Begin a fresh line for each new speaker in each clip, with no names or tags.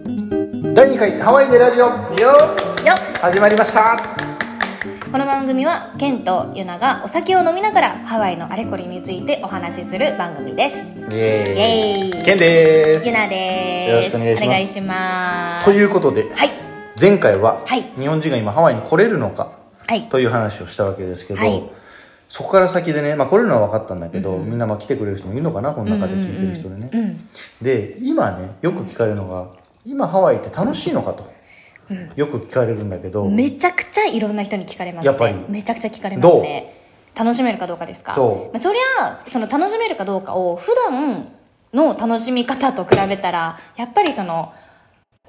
第2回ハワイでラジオよ
よ
始まりました
この番組はケンとユナがお酒を飲みながらハワイのあれこれについてお話しする番組です
イエ
イエーイ
ケンです
ユナです
よろしくお願いし
お願いします
ということで
はい
前回は
はい
日本人が今ハワイに来れるのか
はい
という話をしたわけですけど、
はい
そこから先でね、まあ、来れるのは分かったんだけど、みんなまあ来てくれる人もいるのかなこの中で聞いてる人でね、
うんうん
で今ねよく聞かれるのが今ハワイって楽しいのかと、よく聞かれるんだけど
めちゃくちゃいろんな人に聞かれますね
やっぱり
めちゃくちゃ聞かれますね楽しめるかどうかですか
そう
まあ、そりゃその楽しめるかどうかを普段の楽しみ方と比べたらやっぱりその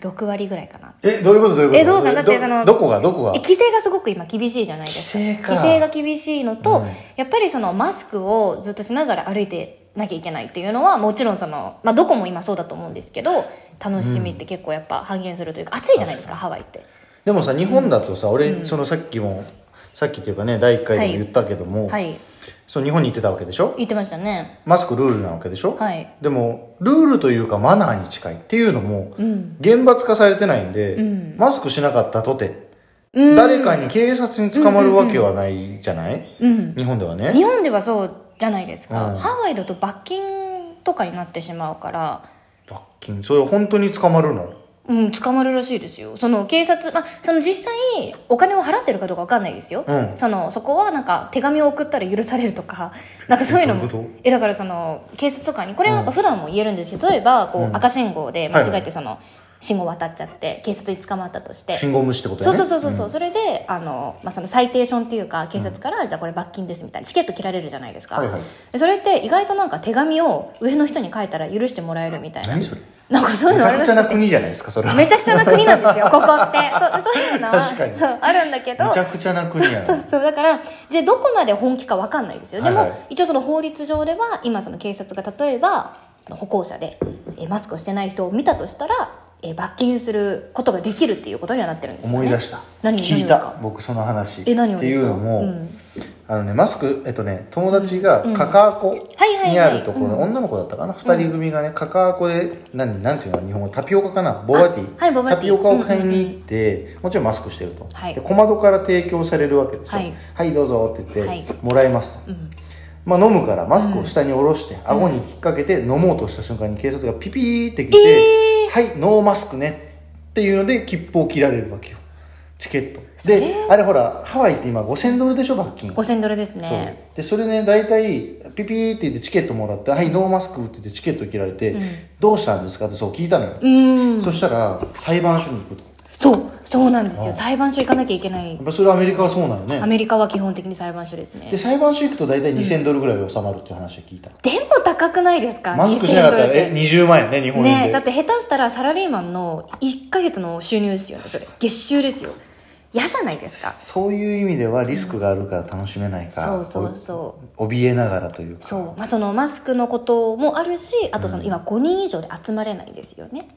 6割ぐらいかな
えどういうことどういうこと
えどうかだってその
どどこがどこが
え規制がすごく今厳しいじゃないですか
規制か
が厳しいのと、
うん
やっぱりそのマスクをずっとしながら歩いてなきゃいけないっていうのはもちろんその、まあ、どこも今そうだと思うんですけど楽しみって結構やっぱ半減するというか、暑いじゃないですかハワイって
でもさ日本だとさ、俺そのさっきもさっきっていうかね第1回でも言ったけども、
はい
その日本に行ってたわけでしょ
言ってましたね
マスクルールなわけでしょ、
はい
でもルールというかマナーに近いっていうのも
うん
厳罰化されてないんで、
うん
マスクしなかったとて、
うん
誰かに警察に捕まるわけはないじゃない、
うん
日本ではね
日本ではそうじゃないですか、
うん
ハワイだと罰金とかになってしまうから
罰金それ本当に捕まるの
うん、捕まるらしいですよその警察、まあ、その実際お金を払ってるかどうかわかんないですよ、
うん
そのそこはなんか手紙を送ったら許される とかなんかそういうのも
どういうこ
えだからその警察とかにこれはなんか
う
普段も言えるんですけど例えばこう、
うん
赤信号で間違え
はい
てその信号渡っちゃって警察に捕まったとして、
信号無視ってこと
そ
だ
う
ね
そうそうそう、うそれであの、まあ、そのサイテーションっていうか警察から、じゃあこれ罰金ですみたいなチケット切られるじゃないですか、
はいはい
でそれって意外となんか手紙を上の人に書いたら許してもらえるみたいな
何それ
なんかそういう
めち
のあ
ゃく
るらし
ち
く
ゃ
て
な国じゃないですかそれは
め
め
ちゃくちゃな国な んですよここってそうそういうの
確か
は
に
そうあるんだけど
ちゃくちゃな国やな
そうそうだからじゃあどこまで本気か分かんないですよでも、
はいはい
一応その法律上では今その警察が例えばあの歩行者でえーマスクをしてない人を見たとしたらえー罰金することができるっていうことにはなってるんですよ、ね、
思い出した
何
聞い
何です
た
か
僕その話
え何を
っ
ですか
ていうのも、
うん
あのねマスクえっとね友達がカカアコ
はいはいはい
にあるところ、
うん
女の子だったかな2人組がねカカアコで何なんていうの日本語タピオカかなボバティ、
あはいボバティ
タピオカを買いに行って、もちろんマスクしてると、
はい
で小窓から提供されるわけでしょ
はい
どうぞ」って言って、
はい
もらいますと、まあ、飲むからマスクを下に下ろして、顎に引っ掛けて飲もうとした瞬間に警察がピピーって来て「はいノーマスクね」っていうので切符を切られるわけよチケットであれほらハワイって今5000ドルでしょ罰金
5000ドルです
そう
ね
でそれね大体ピピーって言ってチケットもらって「はいノーマスク」って言ってチケット切られて「どうしたんですか?」ってそう聞いたのよ、
うーん
そしたら裁判所に行くと
そうそうなんですよ裁判所行かなきゃいけない
やっぱそれアメリカはそうなの
ア
ね
メリカは基本的に裁判所ですね
で裁判所行くと大体2000ドルぐらい収まるっていう話を聞いた、
でも高くないですか
マスクしなかった
2000ド
ら
ルて
え20万円ね日本円で、
ねだって下手したらサラリーマンの1ヶ月の収入ですよねそれ月収ですよ嫌じゃないですか
そういう意味ではリスクがあるから楽しめないから、
そうそうそ
お怯えながらというか
そう、まあ、そのマスクのこともあるしあとその今5人以上で集まれないんですよね、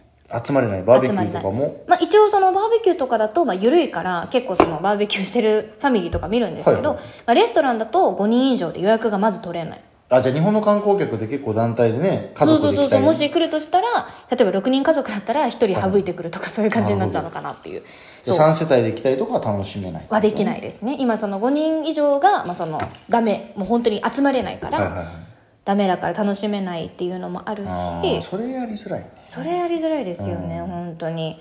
集まれないバーベキュ
集ま
ー
れ
と
ない
かも
まあ、一応そのバーベキューとかだとまあ緩いから結構そのバーベキューしてるファミリーとか見るんですけど、
はいは
まあ、レストランだと5人以上で予約がまず取れない
あじゃあ日本の観光客で結構団体でね家族で
そうそ
来
うそ
た
う
り
もし来るとしたら例えば6人家族だったら1人省いてくるとかそういう感じになっちゃうのかなっていうそう
3世帯で来たりとかは楽しめない
はできないですね今その5人以上が、まあ、そのダメもう本当に集まれないから、
はいはいはい
ダメだから楽しめないっていうのもある
あー
し
それやりづらいね
それやりづらいですよね、本当に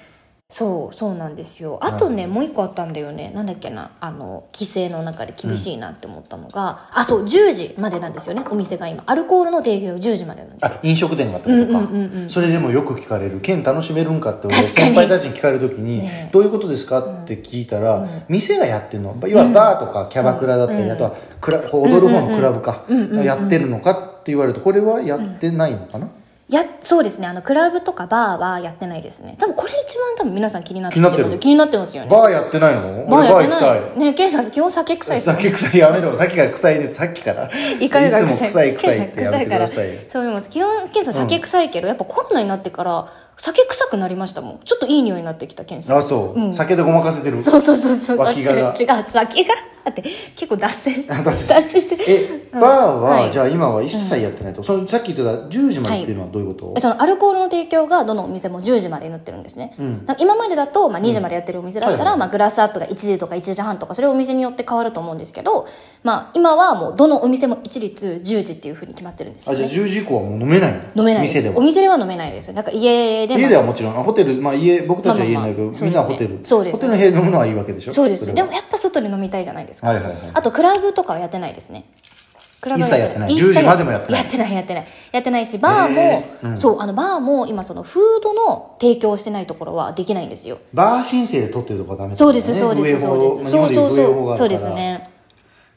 そうそうなんですよあとね、もう一個あったんだよねなんだっけなあの規制の中で厳しいなって思ったのが、あそう10時までなんですよねお店が今アルコールの提供10時までなんですよ
あ飲食店がってことか、
うんうんうんうん
それでもよく聞かれる「県楽しめるんか?」って俺
確かに
先輩たちに聞かれる時に、
ねえ
どういうことですか?」って聞いたら、店がやってるの要はバーとかキャバクラだったり、あとはクラ踊る方のクラブか、やってるのかって言われるとこれはやってないのかな、
やそうですねあのクラブとかバーはやってないですね多分これ一番多分皆さん気になって
気になってる
気になってますよね
バーやってないの
バー
俺
や
バー
っ
行き
てな
た
い
い
ねケンさん基本酒臭いですよ
酒臭いやめろさっきが臭いでさっきから
いかれ
い
が
つも臭い臭いってやめてくだ
臭
さい
いか
よ
らそう思います基本検査酒臭いけど、やっぱコロナになってから酒臭くなりましたもんちょっといい匂いになってきた健さん
あそう、
うん
酒でごまかせてる
そうそうそうそう
脇が
違う違
が
う脇があって結構脱線
あ脱線
線して
え
うん
バーは、
はい
じゃあ今は一切やってないと、そのさっき言ってた10時までっていうのはどういうこと、
そのアルコールの提供がどのお店も10時までになってるんですね、
うん
なんか今までだと、まあ、2時までやってるお店だった
はい
ら、
はい
まあ、グラスアップが1時とか1時半とかそれお店によって変わると思うんですけど、まあ、今はもうどのお店も一律10時っていうふうに決まってるんですよ、
あじゃあ
ね、
10時以降はもう飲めないの
飲めないです
店で
お
は
店では飲めないですだから家でも
家ではもちろんあホテルまあ家僕たちは家になるけど、
まあまあまあ
みんなは
そ
ホ
う
テ
ですね
ル
そうです
ホテルの部屋で飲むのはいいわけでしょ
そうです
れは
でもやっぱ外で飲みたいじゃないですか、
はいはいはい
あとクラブとかはやってないですねクラブは
一切やってない
一切
10時までもやってない
やってないやってないやってないしバーも、
へーうん
そうあのバーも今そのフードの提供をしてないところはできないんですよ
バー申請で取ってるとかダメだ
そうですそうです
不衛法
そうです
ま
そ
あ
う
日本
そう
でいう不衛法
そ
が
う
あ
そ
る
うで
から
すね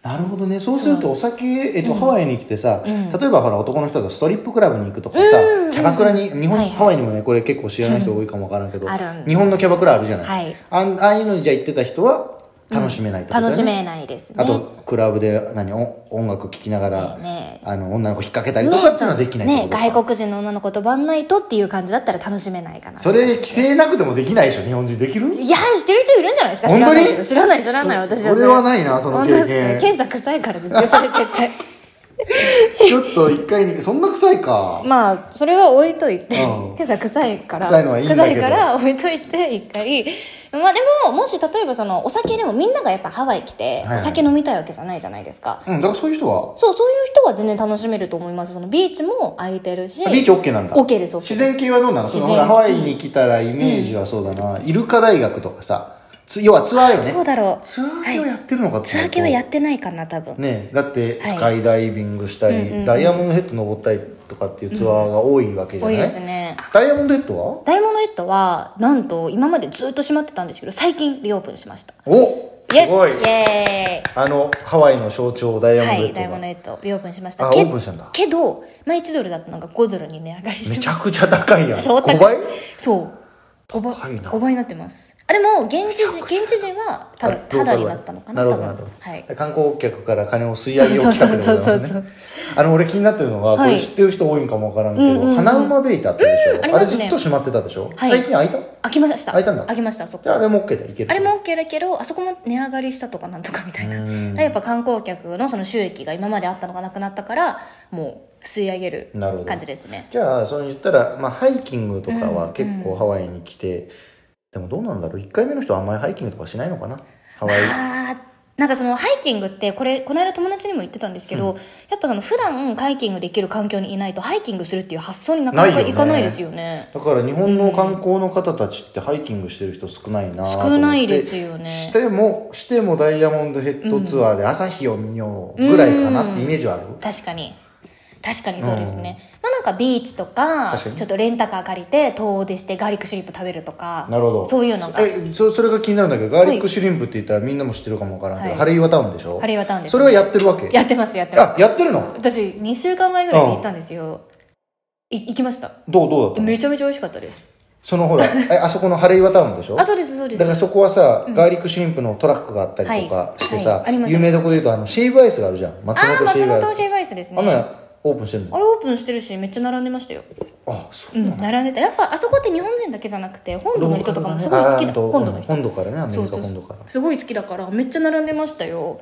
なるほどねそうするとお酒、えっとハワイに来てさ、
うん
例えばほら男の人だとストリップクラブに行くとかさ、
うん
キャバクラに日本、
はいはい
ハワイにもねこれ結構知らない人多いかもわからんけど、
うんある
日本のキャバクラあるじゃない、
はい
あんああいうのにじゃあ行ってた人は楽しめないってことだ
楽
よ
し
ね、
めないですね
あとクラブで何お音楽聴きながら、
ねえねえ
あの女の子引っ掛けたりとかっていうのはできないって
ね
ことか、
外国人の女の子とバンナイトっていう感じだったら楽しめないかな
それ規制なくてもできないでしょ日本人でき る
いやしてる人いるんじゃないですか
本当に
知らないけど知らない知らない私はそれ
俺はないなその
本
経
当
験
ですね検査臭いからですよ それ絶対
ちょっと一回にそんな臭いか
まあそれは置いといて、
うん
検査臭いから
臭いのはいいんだけど
臭いから置いといて一回まあでももし例えばそのお酒でもみんながやっぱハワイ来て、
はいはい
お酒飲みたいわけじゃないじゃないですか
うんだからそういう人は
そうそういう人は全然楽しめると思いますそのビーチも空いてるし
あビーチ OK なんだ
OK です OK です
自然系はどうなのその
自
ほ
然
らハワイに来たらイメージはそうだな、イルカ大学とかさつ要はツアーよ
どう
ね
だろう
ツアー系はやってるのかって
ツ
な
ア
る
ー
と
系はやってないかな多分、
ねだって
はい
スカイダイビングしたり、
うんうんうん
ダイヤモンドヘッド登ったりとかっていうツアーが多いわけじゃ
多
ないい、
ですね
ダイヤモンドヘッドは
ダイヤモンドヘッドはなんと今までずっと閉まってたんですけど最近リオープンしました
お
イ
す
エス
ごい
イエーイ
あのハワイの象徴ダイヤモ
は
ンドヘ
い
ッド
ダイ
が、
ヤモンドヘッドリオープンしました
あオ
け
ープンしたんだ
けど、まあ、1ドルだったのが5ドルに値上がり
め
して
ち
ま
ゃ
す
くちゃ高いやん
超高い
5倍
そう5
高いな
倍になってますあでも現地人現地人はただただになったのかな
る
多
ほどなる
分
ほど、
はい
観光客から金を吸い上げよう来たってこと
そうそうそう
で
そう
す
そう
ねあの俺気になってるのが、
はい
これ知ってる人多いんかもわからんけど、
うんうんうん
花馬ベイタってあるでしょ、
うんあり
あ
ま
れ
す
ず
ね
っと閉まってたでしょ、
はい
最近開いたじ
開きました
開いたんだ
きましたそこ
ゃああれも OK だいける
あれも OK だけどあそこも値上がりしたとかなんとかみたいな
う
だ
ん
からやっぱ観光客のその収益が今まであったのがなくなったからもう吸い上げる
なるほど
感じですね
じゃあその言ったら、まあ、ハイキングとか
う
は
ん
結
う
構
ん
ハワイに来て、でもどうなんだろう1回目の人はあんまりハイキングとかしないのかなハワイ
あーなんかそのハイキングってこれこの間友達にも言ってたんですけど、やっぱその普段ハイキングできる環境にいないとハイキングするっていう発想になかなかいかないですよね
だから日本の観光の方たちってハイキングしてる人少ないなと思って
少ないですよね
してもしてもダイヤモンドヘッドツアーで朝日を見ようぐらいかなってイメージはある、
確かに確かにそうですね、まあなんかビーチとか
確かに
ちょっとレンタカー借りて遠出してガーリックシュリンプ食べるとか
なるほど
そういうのが
えそそれが気になるんだけどガーリックシュリンプって言ったらみんなも知ってるかもわからんけど、
はい
ハレイワタウンでしょ
ハレイワタウンです
それはやってるわけ
やってますやってま
あ
す
やってるの
私2週間前ぐらいに行ったんですよ、い行きました
どうどうだったの
めちゃめちゃ美味しかったです
そのほら えあそこのハレイワタウンでしょ
あそうですそうです
だからそこはさ、ガーリックシュリンプのトラックがあったりとかしてさ、
はいはいあります
有名どこで言うとあのシェイブアイスがあるじゃん松
ああ
本シェ
松
イブアイス
本シェイバイスですね
あんなのオープンしてる
あ
の
れオープンしてるしめっちゃ並んでましたよ、
あそうう、
ん、並んでたやっぱあそこって日本人だけじゃなくて本土の人とかもすごい好きだ
あーほんと
本土の人
本土からねアメリ
そう
カ
そう
本土から
すごい好きだからめっちゃ並んでましたよ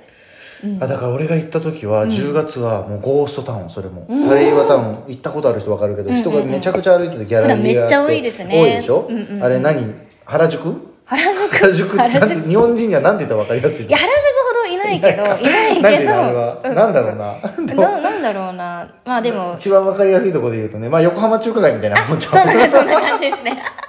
あだから俺が行った時は、10月はもうゴーストタウンそれも、ハレイワタウン行ったことある人分かるけど、人がめちゃくちゃ歩いててギャラリーがあって
普段めっちゃ多いですね
多いでしょ、
うんうんうん
あれ何原宿
原宿
原宿
原
なん
宿
て日本人には何て言ったら分かりやすい
いや原宿ほどいないけどいない
なんて
け
言う
ど
のあれは
そうそうそう
なんだろうな
ななんだろうなまあでも
一番分かりやすいところで言うとね、まあ、横浜中華街みたいなもんじ
そん
ゃん
なそんな感じですね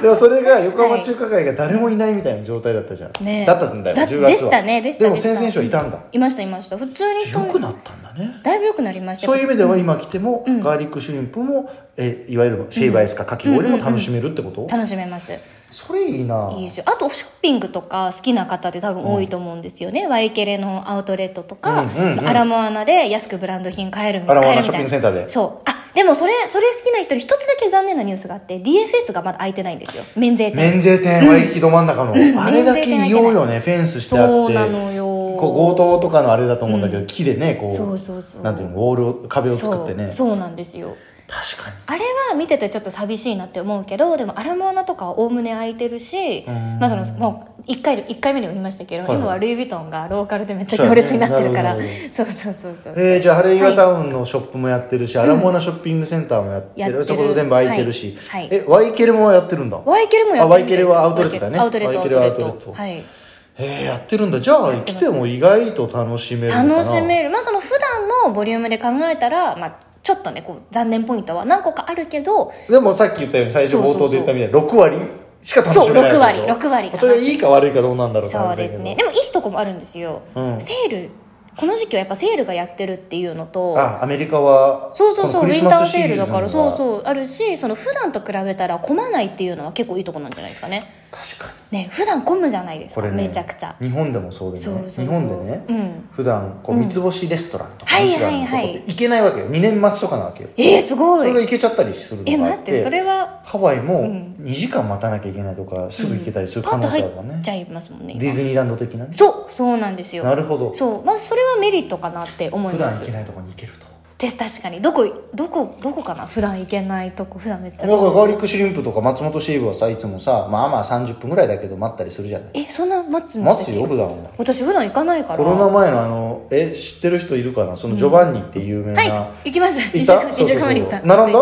でもそれが横浜中華街が誰もいないみたいな状態だったじゃん、
ねえ
だったんだよ
だ
10月は
でしたねでした
でも
でした
先々週はいたんだ
いましたいました普通に人
良くなったんだね
だいぶ良くなりました
そういう意味では今来ても、
ん
ガーリックシュリンプもえいわゆるシェイバーアイスかかき氷も楽しめるってこと、
楽しめます
それいいない
いですよあとショッピングとか好きな方って多分多いと思うんですよね、ワイケレのアウトレットとか、
うんうんうん
アラモアナで安くブランド品買えるみ
アラモア
買え
ナ
る
シ
み
ョッピング
たいな
センターで
そうあでもそれそれ好きな人に一つだけ残念なニュースがあって DFS がまだ開いてないんですよ免税店
免税店は駅ど真ん中の、あれだけ
免税店はい
異
けない
様よねフェンスしてあって
そうなのよ
こう強盗とかのあれだと思うんだけど、木でねこう
そうそうそう
なんていうのウォールを壁を作ってね
そうそうなんですよ
確か
あれは見ててちょっと寂しいなって思うけどでも荒物とかはおおむね空いてるし、
うん
まあ、そのもう1回一回目にも言いましたけど、
はいはい
今はルイ・ヴィトンがローカルでめっちゃ行列になってるから
そうやねなる
そうそうそうそう、
に、えー、じゃあハレイ
は
ガ
い
タウンのショップもやってるし、アラモアナショッピングセンターもやって
やって
る
る
そこと全部空いてるし、
はいはい
えワイケルもやってるんだ
ワイケルもやってるみたいです
あワイケルはアウトレットだね
ワイケ
ワ
ルアウトレットア
イ
ウ
ケルはアウ
トレッ
トレット
トはい
えー、やってるんだじゃあ来ても意外と楽しめるのかな
楽しめるまあその普段のボリュームで考えたら、まあ、ちょっとねこう残念ポイントは何個かあるけど
でもさっき言ったように最初冒頭で言ったみたいに6割しか楽しめない
そう
わけでしょ
6割6割が
それはいいか悪いかどうなんだろうって
そう
話だけ
で
ど
すねでもいいとこもあるんですよ、
うん
セールこの時期はやっぱセールがやってるっていうのと
あアメリカは
そうそう
こ
そ
の
うウ
クリ
ィ
ス
ンタ
マス
ー
シ
セー
ー
ル
ズン
だからそう
う
そうあるしその普段と比べたら混まないっていうのは結構いいとこなんじゃないですかね
確かに
ね普段混むじゃないです
こ
か、
れね
めちゃくちゃ、
日本でもそうでね
そうそうそう
日本でね、
うん
普段こう
うん
三つ星レストランとか
はい
ミシュランのとこ
はい
って行けないわけよ2年待ちとかなわけよ
えー、す
そ
ご
れが
い
行けちゃったりする
え
のがあ
待
っ
ってそ
て
れは
ハワイも
うん
2時間待たなきゃいけないとかすぐ行けたりする
パ
可
ッと
能
入
性あ
っ
るわね
ちゃいますもんね
デ
今
ィズニーランド的なね
そうそうなんですよ
なるほど
そうまずそれはメリットかなって思い
普
ま
段行
す
けないとこに行けると
です確かにどこどこどこかな普段行けないとこ普段めっち
だ
ゃ
からガーリックシュリンプとか松本シェーブはさいつもさまあまあ30分ぐらいだけど待ったりするじゃない
えそんな待つんです
待つよ普段は
私普段行かないから
コロナ前のあのえ知ってる人いるかなそのジョバンニっていう有名な、
はい行きました
行
2
っ
時
た
間
そうそう
二時間前に行った
そう並んだ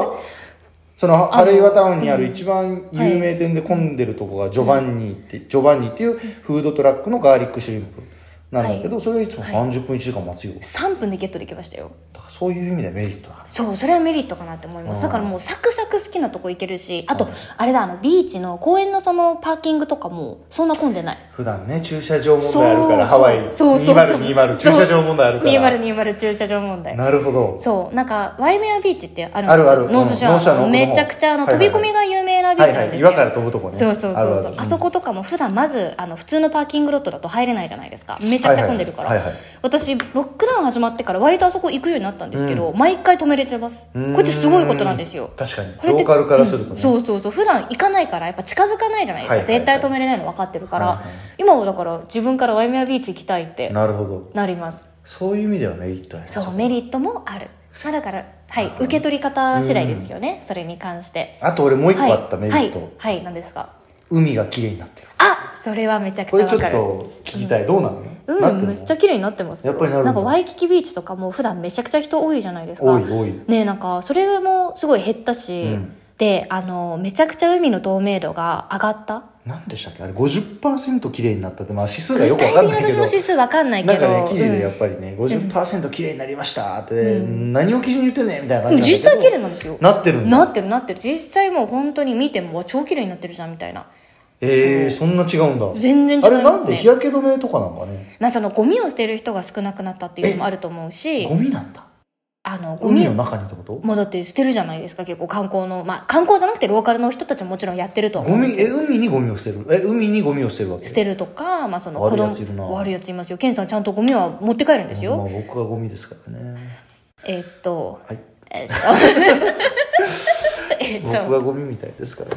その
あの
ハレイワタウンにある一番有名店で混んでるとこがジョバンニって、ジョバンニっていうフードトラックのガーリックシュリンプなんだけど、それいつも30分1時間待つよ、
3分でゲットできましたよ
だからそういう意味ではメリットがある
そうそれはメリットかなって思います、
うん
だからもうサクサク好きなとこ行けるしあと、あれだあのビーチの公園のそのパーキングとかもそんな混んでない
普段ね駐車場問題あるからハ
そう
ワイ
そうそうそう
2020駐車場問題あるから
2020駐車場問題
なるほど
そうなんかワイメアビーチってあるんですよ
あるある
ノースショア,、
うんノースショアの
めちゃくちゃあの、
はいはいはい
飛び込みが有名なビ
は
ー
い
チ
は
なんで
い
すけど、
岩から飛ぶとこね
そうそうそうそうあ
るる
そこ
うん
とかも普段まずあの普通のパーキングロットだと入れないじゃないですかめちゃくちゃ混んでるから、
はいはいはいはいはい
私ロックダウン始まってから割とあそこ行くようになったんですけど、毎回止めれてますこ
うーん
れってすごいことなんですよ
確かに
これっ
ロ
て
ーカルからすると
うん
ね
そうそうそう普段行かないからやっぱ近づかないじゃないですか、
はいはいはい
絶対止めれないの分かってるから、
はいはい
今はだから自分からワイメアビーチ行きたいって
なるほど
なります
そういう意味ではメリットあります
そうメリットもある、まあ、だから、はい、受け取り方次第ですよね、それに関して
あと俺もう一個
はい
あったメリット、
はい、はい、何ですか
海が綺麗になってる
あそれはめちゃく
こ
ちゃ
れちょ
わ
っ
かる
と聞きたい、どうなのな
う
ってる
んめ
の
っちゃ綺麗になってますよ
やっぱりなるんだ
んかワイキキビーチとかも普段めちゃくちゃ人多いじゃないですか
多い多い
ねえなんかそれもすごい減ったし、
うん
であのめちゃくちゃ海の透明度が上がった
何でしたっけあれ50%綺麗になったってまあ指数がよ
具
くわ
体
かん
的に
ないけ
私
ど
も指数わかんない
な
け
んか
ど
ね記事でや
うん
っぱりね、50%綺麗になりましたって、何を基準に言ってんねんみたいな
で
感
も
じ
実際綺麗
な
なんですよ
なってるんだ
なってるなってる実際もう本当に見てもわ超綺麗になってるじゃんみたいな
えー、そんな違うんだ
全然違い
あ
ます
れ
ね
なんで日焼け止めとかなんかね
まあそのゴミを捨てる人が少なくなったっていうのもあると思うし
ゴミなんだ
あのゴ
海
ミを
の中にってこと
もうだって捨てるじゃないですか結構観光のまあ観光じゃなくてローカルの人たちももちろんやってるとは思
ゴ
うん
ミ
ですけ
え
ど
海にゴミを捨てるえ海にゴミを捨てるわけ
捨てるとか、まあ、その
悪いやついるな
悪いやついますよケンさんちゃんとゴミは持って帰るんです
ま
よ
あ、僕はゴミですからね
えっと
はい
えっとえっ
僕
と
はゴミみたいですからね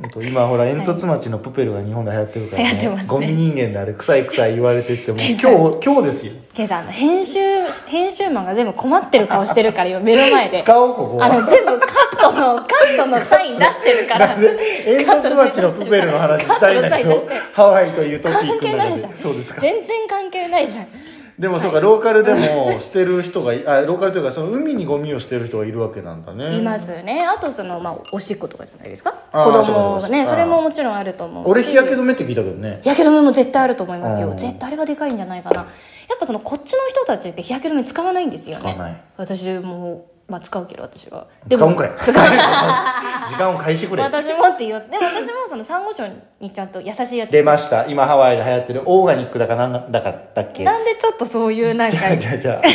本当今ほら煙突町のプペルが日本で流行ってるから、
流行ってますね
ゴミ人間であれ臭い臭い言われててもう
臭い
今日今日ですよ
ケンさんあの編集編集マンが全部困ってる顔してるから今目 の前で
使おうここ
あの全部カットのカットのサイン出してるから
なんで煙突町のプペルの話したいんだけ
カ
ど
ットのサイン出して
ハワイというトピッ
関
ク
係
の
ない
中
じゃ
で
ん
そうですか
全然関係ないじゃん
でもそうかローカルでも捨てる人がいあローカルというかその海にゴミを捨てる人がいるわけなんだね
いますねあとその、まあ、おしっことかじゃないですか
あ
子
ー
供
そ
がね
うそうそう
それももちろんあると思うし
俺日焼け止めって聞いたけどね
日焼け止めも絶対あると思います
う
よ
ん
絶対あれはでかいんじゃないかなやっぱそのこっちの人たちって日焼け止め使わないんですよね
使わない
私も、まあ、使うけど私は
使うんかい
使
時間を返してくれ
私もって言ってでも私もその珊瑚礁にちゃんと優しいやつ
出ました今ハワイで流行ってるオーガニックだかなんだかだっけ
なんでちょっとそういうなん
じ
か
ゃあじゃあじゃあ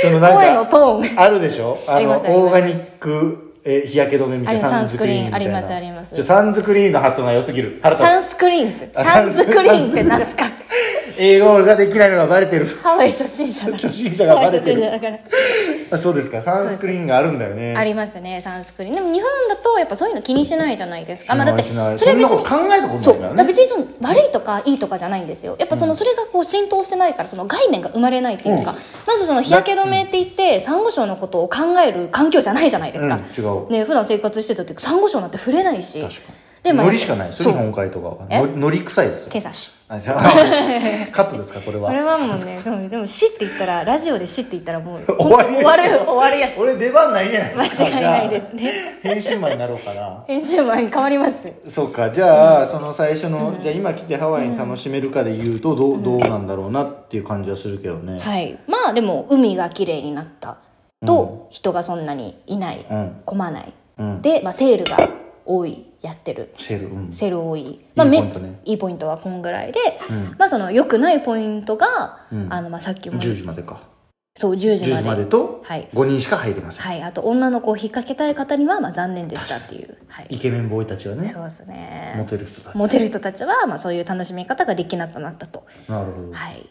その
声の
なんか
トーン
あるでしょあ
あり
の
ますあります
オーガニックえー日焼け止めみたいな
あります
みたいな
サンスクリーンありますあります
じゃあサンスクリーンの発音が良すぎる腹
サン
立
スクリーンっす
あ
サンスクリーンって何すか
つ英語ができないのがバレてる
ハワイ初心者だ
初心者がバレて
ハワイ
る
初心者だから
あそうですかサンスクリーンがあるんだよね
ありますねサンスクリーンでも日本だとやっぱそういうの気にしないじゃないですか
し
まあ
な
だっ
い
て
しない
そ
そ
れ
んな
別
こと
に
考えたこと
そう
ないか
だか
ららね
別にその悪いとかいいとかじゃないんですよやっぱそのそれがこう浸透してないからその概念が生まれないっていうか、
うん
まずその日焼け止めって言ってサンゴ礁のことを考える環境じゃないじゃないですか、
うん違う
ね普段生活してたってサンゴ礁なんて触れないし
確か
で
に
まあ
のりしかないですよ
そう
日本海とかは
え
のりのり臭いですよ
今朝し
あ じゃあカットですかこれ
こ
は
れはもうねそうでも「死」って言ったらラジオで「死」って言ったらもう
終わりですよ
終わる終わるやつ
俺出番ないじゃないですか
間違いないですね
じゃあ編集マンになろうかな
編集前に変わります
そうかじゃあ、その最初の、じゃあ今来てハワイに楽しめるかで言うとどう,、どうなんだろうなっていう感じはするけどね、
はいまあでも海が綺麗になったと、人がそんなにいない、
うん
混まない、
うん
で、まあ、セールが多いやってる
シェルうん
セル多い、
いい
め
ポイントね
いいポイントはこんぐらいで、
うん
まあその良くないポイントが、
うん
あのまあさっきも
10時までか
そう10
10
時ま
時
で
までと
はい
5人しか入れません、
はいあと女の子を引っ掛けたい方にはまあ残念でしたっていうはい
イケメンボーイたちはね
そうです
モ
ね
テる人たち
モテる人たちはまあそういう楽しみ方ができなくなったと
なるほど
はい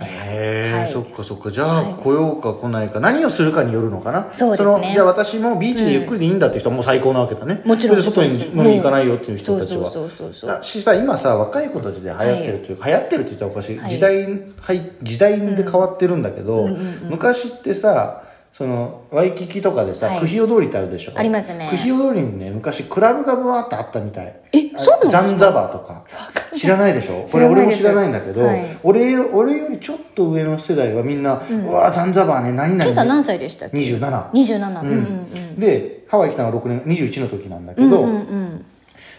へえ、
はい
そっかそっかじゃあ来ようか来ないか何をするかによるのかな
そうですね
のじゃあ私もビーチでゆっくりでいいんだって人はもう最高なわけだね、
もちろん
別に外に
そうそう
飲みに行かないよっていう
そ
人た
う
ち
そう
は
そうそうそう
だしさ今さ若い子たちで流行ってるというか、流行ってるって言ったらおかしい、
はい
時代はい時代で変わってるんだけど、
うんうんうん
昔ってさそのワイキキとかでさ、
はい
クヒオ通りってあるでしょ
ありますね
クヒオ通りにね昔クラブがブワーってあったみたい
え
あ
そうなの
ザンザバーとか知らないでしょこれ俺も知らないんだけど、
知らないです
俺俺よりちょっと上の世代はみんな「うわザンザバーね何
ケ
々
ンさん
ね
何歳でしたっけ
27」
27うんうん
でハワイ来たのは6年21の時なんだけど、
うんうんうん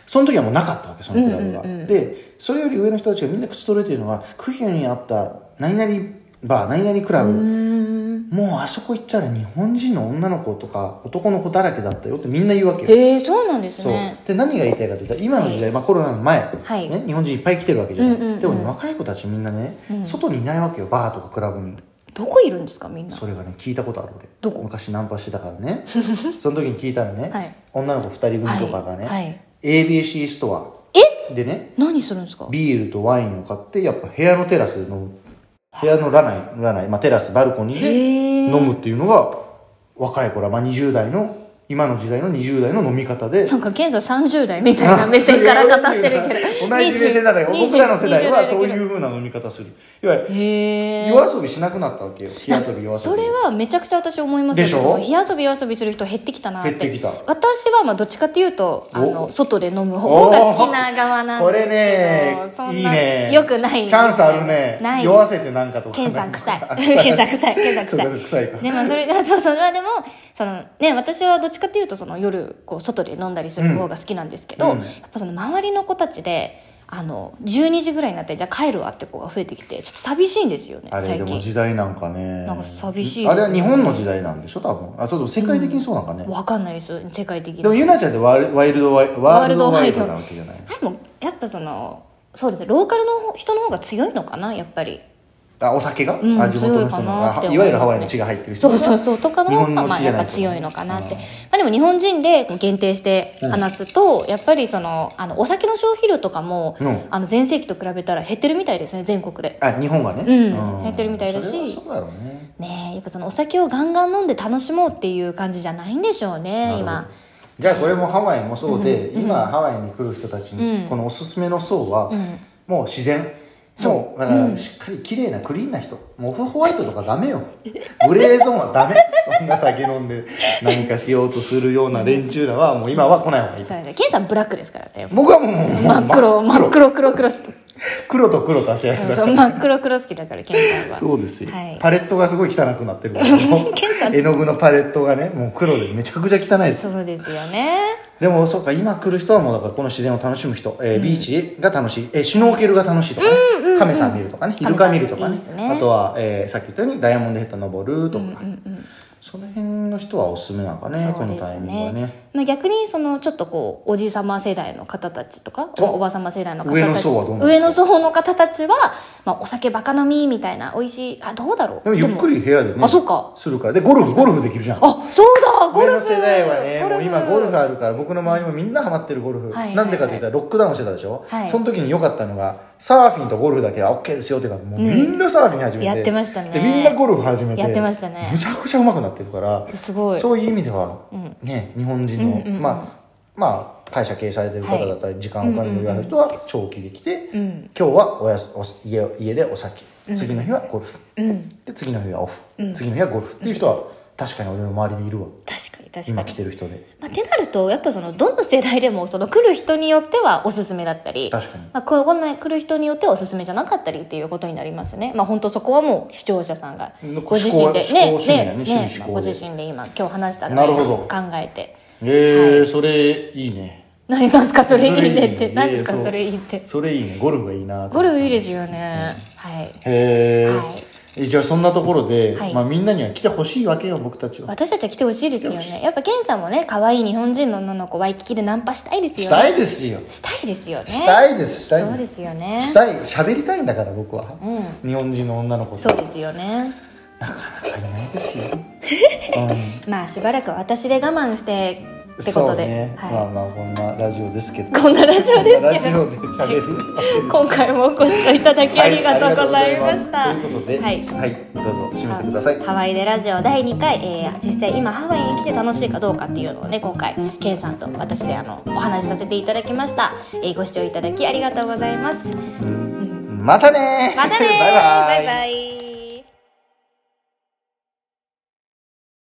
その時はもうなかったわけそのクラブが、
うんうんうん
でそれより上の人たちがみんな口揃えてるのはクヒュにあった何々バー何々クラブ、
うーん
もうあそこ行ったら日本人の女の子とか男の子だらけだったよってみんな言うわけよ
へえそうなんです
そう
ね
で何が言いたいかというと今の時代、まあ、コロナの前、
はい
ね、日本人いっぱい来てるわけじゃない、
うんうんうん
でもね、若い子たちみんなね、外にいないわけよバーとかクラブに
どこいるんですかみんな
それがね聞いたことある俺
どこ
昔ナンパしてたからね その時に聞いたらね、
はい
女の子2人組とかがね、
はいはい
ABC ストアでね
何するんですか
ビールとワインを買ってやっぱ部屋のテラスで飲む部屋のラナイラナイ、まあ、テラスバルコニーで
へえ
飲むっていうのが若い頃は、まあ、20代の今の時代の20代の飲み方で
なんかケンさん30代みたいな目線から語ってるけ ど
同じ目線なんだけど
20
僕らの世代はそうい
20
う風な飲み方するいわゆる
へえ
夜遊びしなくなったわけよ火遊び夜遊び
それはめちゃくちゃ私思います
でしょ
その火遊び夜遊びする人減ってきたなって
減ってきた
私はまあどっちかっていうとあの
お
外で飲む方が好きな側なんですけど
これね
そんない
いね
よくないんです
チャンスあるね
ない
酔わせてなんかとか
ケンさん臭い ケンさん臭いケンさん
そう
臭
か
い
そうか臭いか
でもそれ そうそうまあでもそのね私はどっちかっていうとその夜こう外で飲んだりする方が好きなんですけど、
うん
やっぱその周りの子たちであの12時ぐらいになってじゃあ帰るわって子が増えてきてちょっと寂しいんですよね
あれ
最
でも
近
時代なんかね
なんか寂しいですね
あれは日本の時代なんでしょ多分あそうそう世界的にそうなんかね、
わかんないです世界的に
でもゆなちゃんってワイルワイルドワイワールドワイド
ワールドワイド
なわけじゃない
はい、もうやっぱそのそうですねローカルの人の方が強いのかなやっぱり
あお酒が、
うん
あ地元の人の
強いか
が
なって思いますね
いわゆるハワイの血が入ってる人
そうそううそうとかの
日
方
本
が
の
まあ
地じ
や
ゃ
っ
ない
ぱ
と
強いのかなっ
うん
てまあ、でも日本人で限定して
うん
話すと、やっぱりそのあのお酒の消費量とかも、
うん
あの前世紀と比べたら減ってるみたいですね全国で。
あ日本がね
うん入ってるみたいだし
それはそうだろうね
ねえやっぱそのお酒をガンガン飲んで楽しもうっていう感じじゃないんでしょうね
なる
今
ほどじゃあこれもハワイもそうで、今ハワイに来る人たちに、
うん
このおすすめの層は、
ん
もう自然もうだからしっかり綺麗なクリーンな人、もうオフホワイトとかダメよグレーゾーンはダメ そんな酒飲んで何かしようとするような連中らはもう今は来ない方がいい
そうですねケンさんブラックですからね
僕はもうもう
真っ黒真っ黒黒黒好き
黒と黒と足合せだ
そ
か
う
ら
真っ黒黒好きだからケンさんは
そうですよ、
はい
パレットがすごい汚くなってるから
ケンさん
絵の具のパレットがねもう黒でめちゃくちゃ汚いです
そうですよね
でもそうか今来る人はもうだからこの自然を楽しむ人、えービーチが楽しい、えーシュノーケルが楽しいとかね、カメさん見るとかねイルカ見るとか
いい
ね
ですね
あとは、えーさっき言ったようにダイヤモンドヘッド登るとか、その辺の人はおすすめなんかね
そう
この
で
タイ
す
ミングはね
ね。まあ逆にそのちょっとこうおじさま世代の方たちとか
お
おばさま世代の方たち
上の層はどうなんですか
上の層の方たちは、まあ、お酒バカ飲みみたいな美味しいあどうだろう
でもゆっくり部屋でね
あそうか
するからでゴルフゴルフできるじゃん
あそうだゴ
上
ル
の
フ
世代はね
ゴル
もう
フ
今ゴルフあるから僕の周りもみんなハマってるゴルフ、
はいはいはい
なんでかって言ったらロックダウンしてたでしょ、
はい
その時に良かったのがサーフィンとゴルフだけは OK ですよってかもうみんなサーフィン始めて、
やってましたね
でみんなゴルフ始めて
やってましたね
むちゃくちゃうまくなってるから
すごい
そういう意味では、
うん
ね日本人の、
うんうんうん
まあまあ会社経営されてる方だったり、時間お金の余裕ある人は長期で来て、
うん
今日はおやすおす家家でお酒次の日はゴルフ、
うん
で次の日はオフ、次の日はゴルフっていう人は確かに俺の周りにいるわ
確かに確か
今
に
来てる人で
まあ、ってなるとやっぱそのどの世代でもその来る人によってはおすすめだったり
確かに
まあ、こうこんな来る人によってはおすすめじゃなかったりっていうことになりますねまあ本当そこはもう視聴者さんが
うん
ご自身で
思考
ね
思考主義だよね
ね
主義
ね
思
まあ
考
ご
で
自身で今今日話した
なるほど
考えて
えーそれいいね
何ですかそれいいねって
それいいね
何ですか
そう
それいいって
それいいねゴルフがいいなと
ゴ
思った
ルフいいですよね、はい
へ
は
え、じゃあそんなところで、
はい
まあ、みんなには来てほしいわけよ僕たちは
私たちは来てほしいですよねやっぱケンさんもね可愛い日本人の女の子ワイキキでナンパしたいですよね
したいですよ
したいですよね
したいですしたい
そう
で
ですすよね
したい喋りたいんだから僕は、日本人の女の子と
そうですよね
いないですよ、
まあしばらくは私で我慢して
うん、
ってこと
そ
で、
うね、
はい
まあまあこんなラジオですけど
こんなラジオです
ラ
け
ジ
ど
オで喋る
今回もご視聴いただきありがとうございました、
はいありがとうございますということで、はい、どうぞ締めてください
ハワイでラジオ第2回、えー実際今ハワイに来て楽しいかどうかっていうのをね今回ケンさんと私であのお話しさせていただきました、えーご視聴いただきありがとうございます
またねー
またねー
バイバイ
バイバイ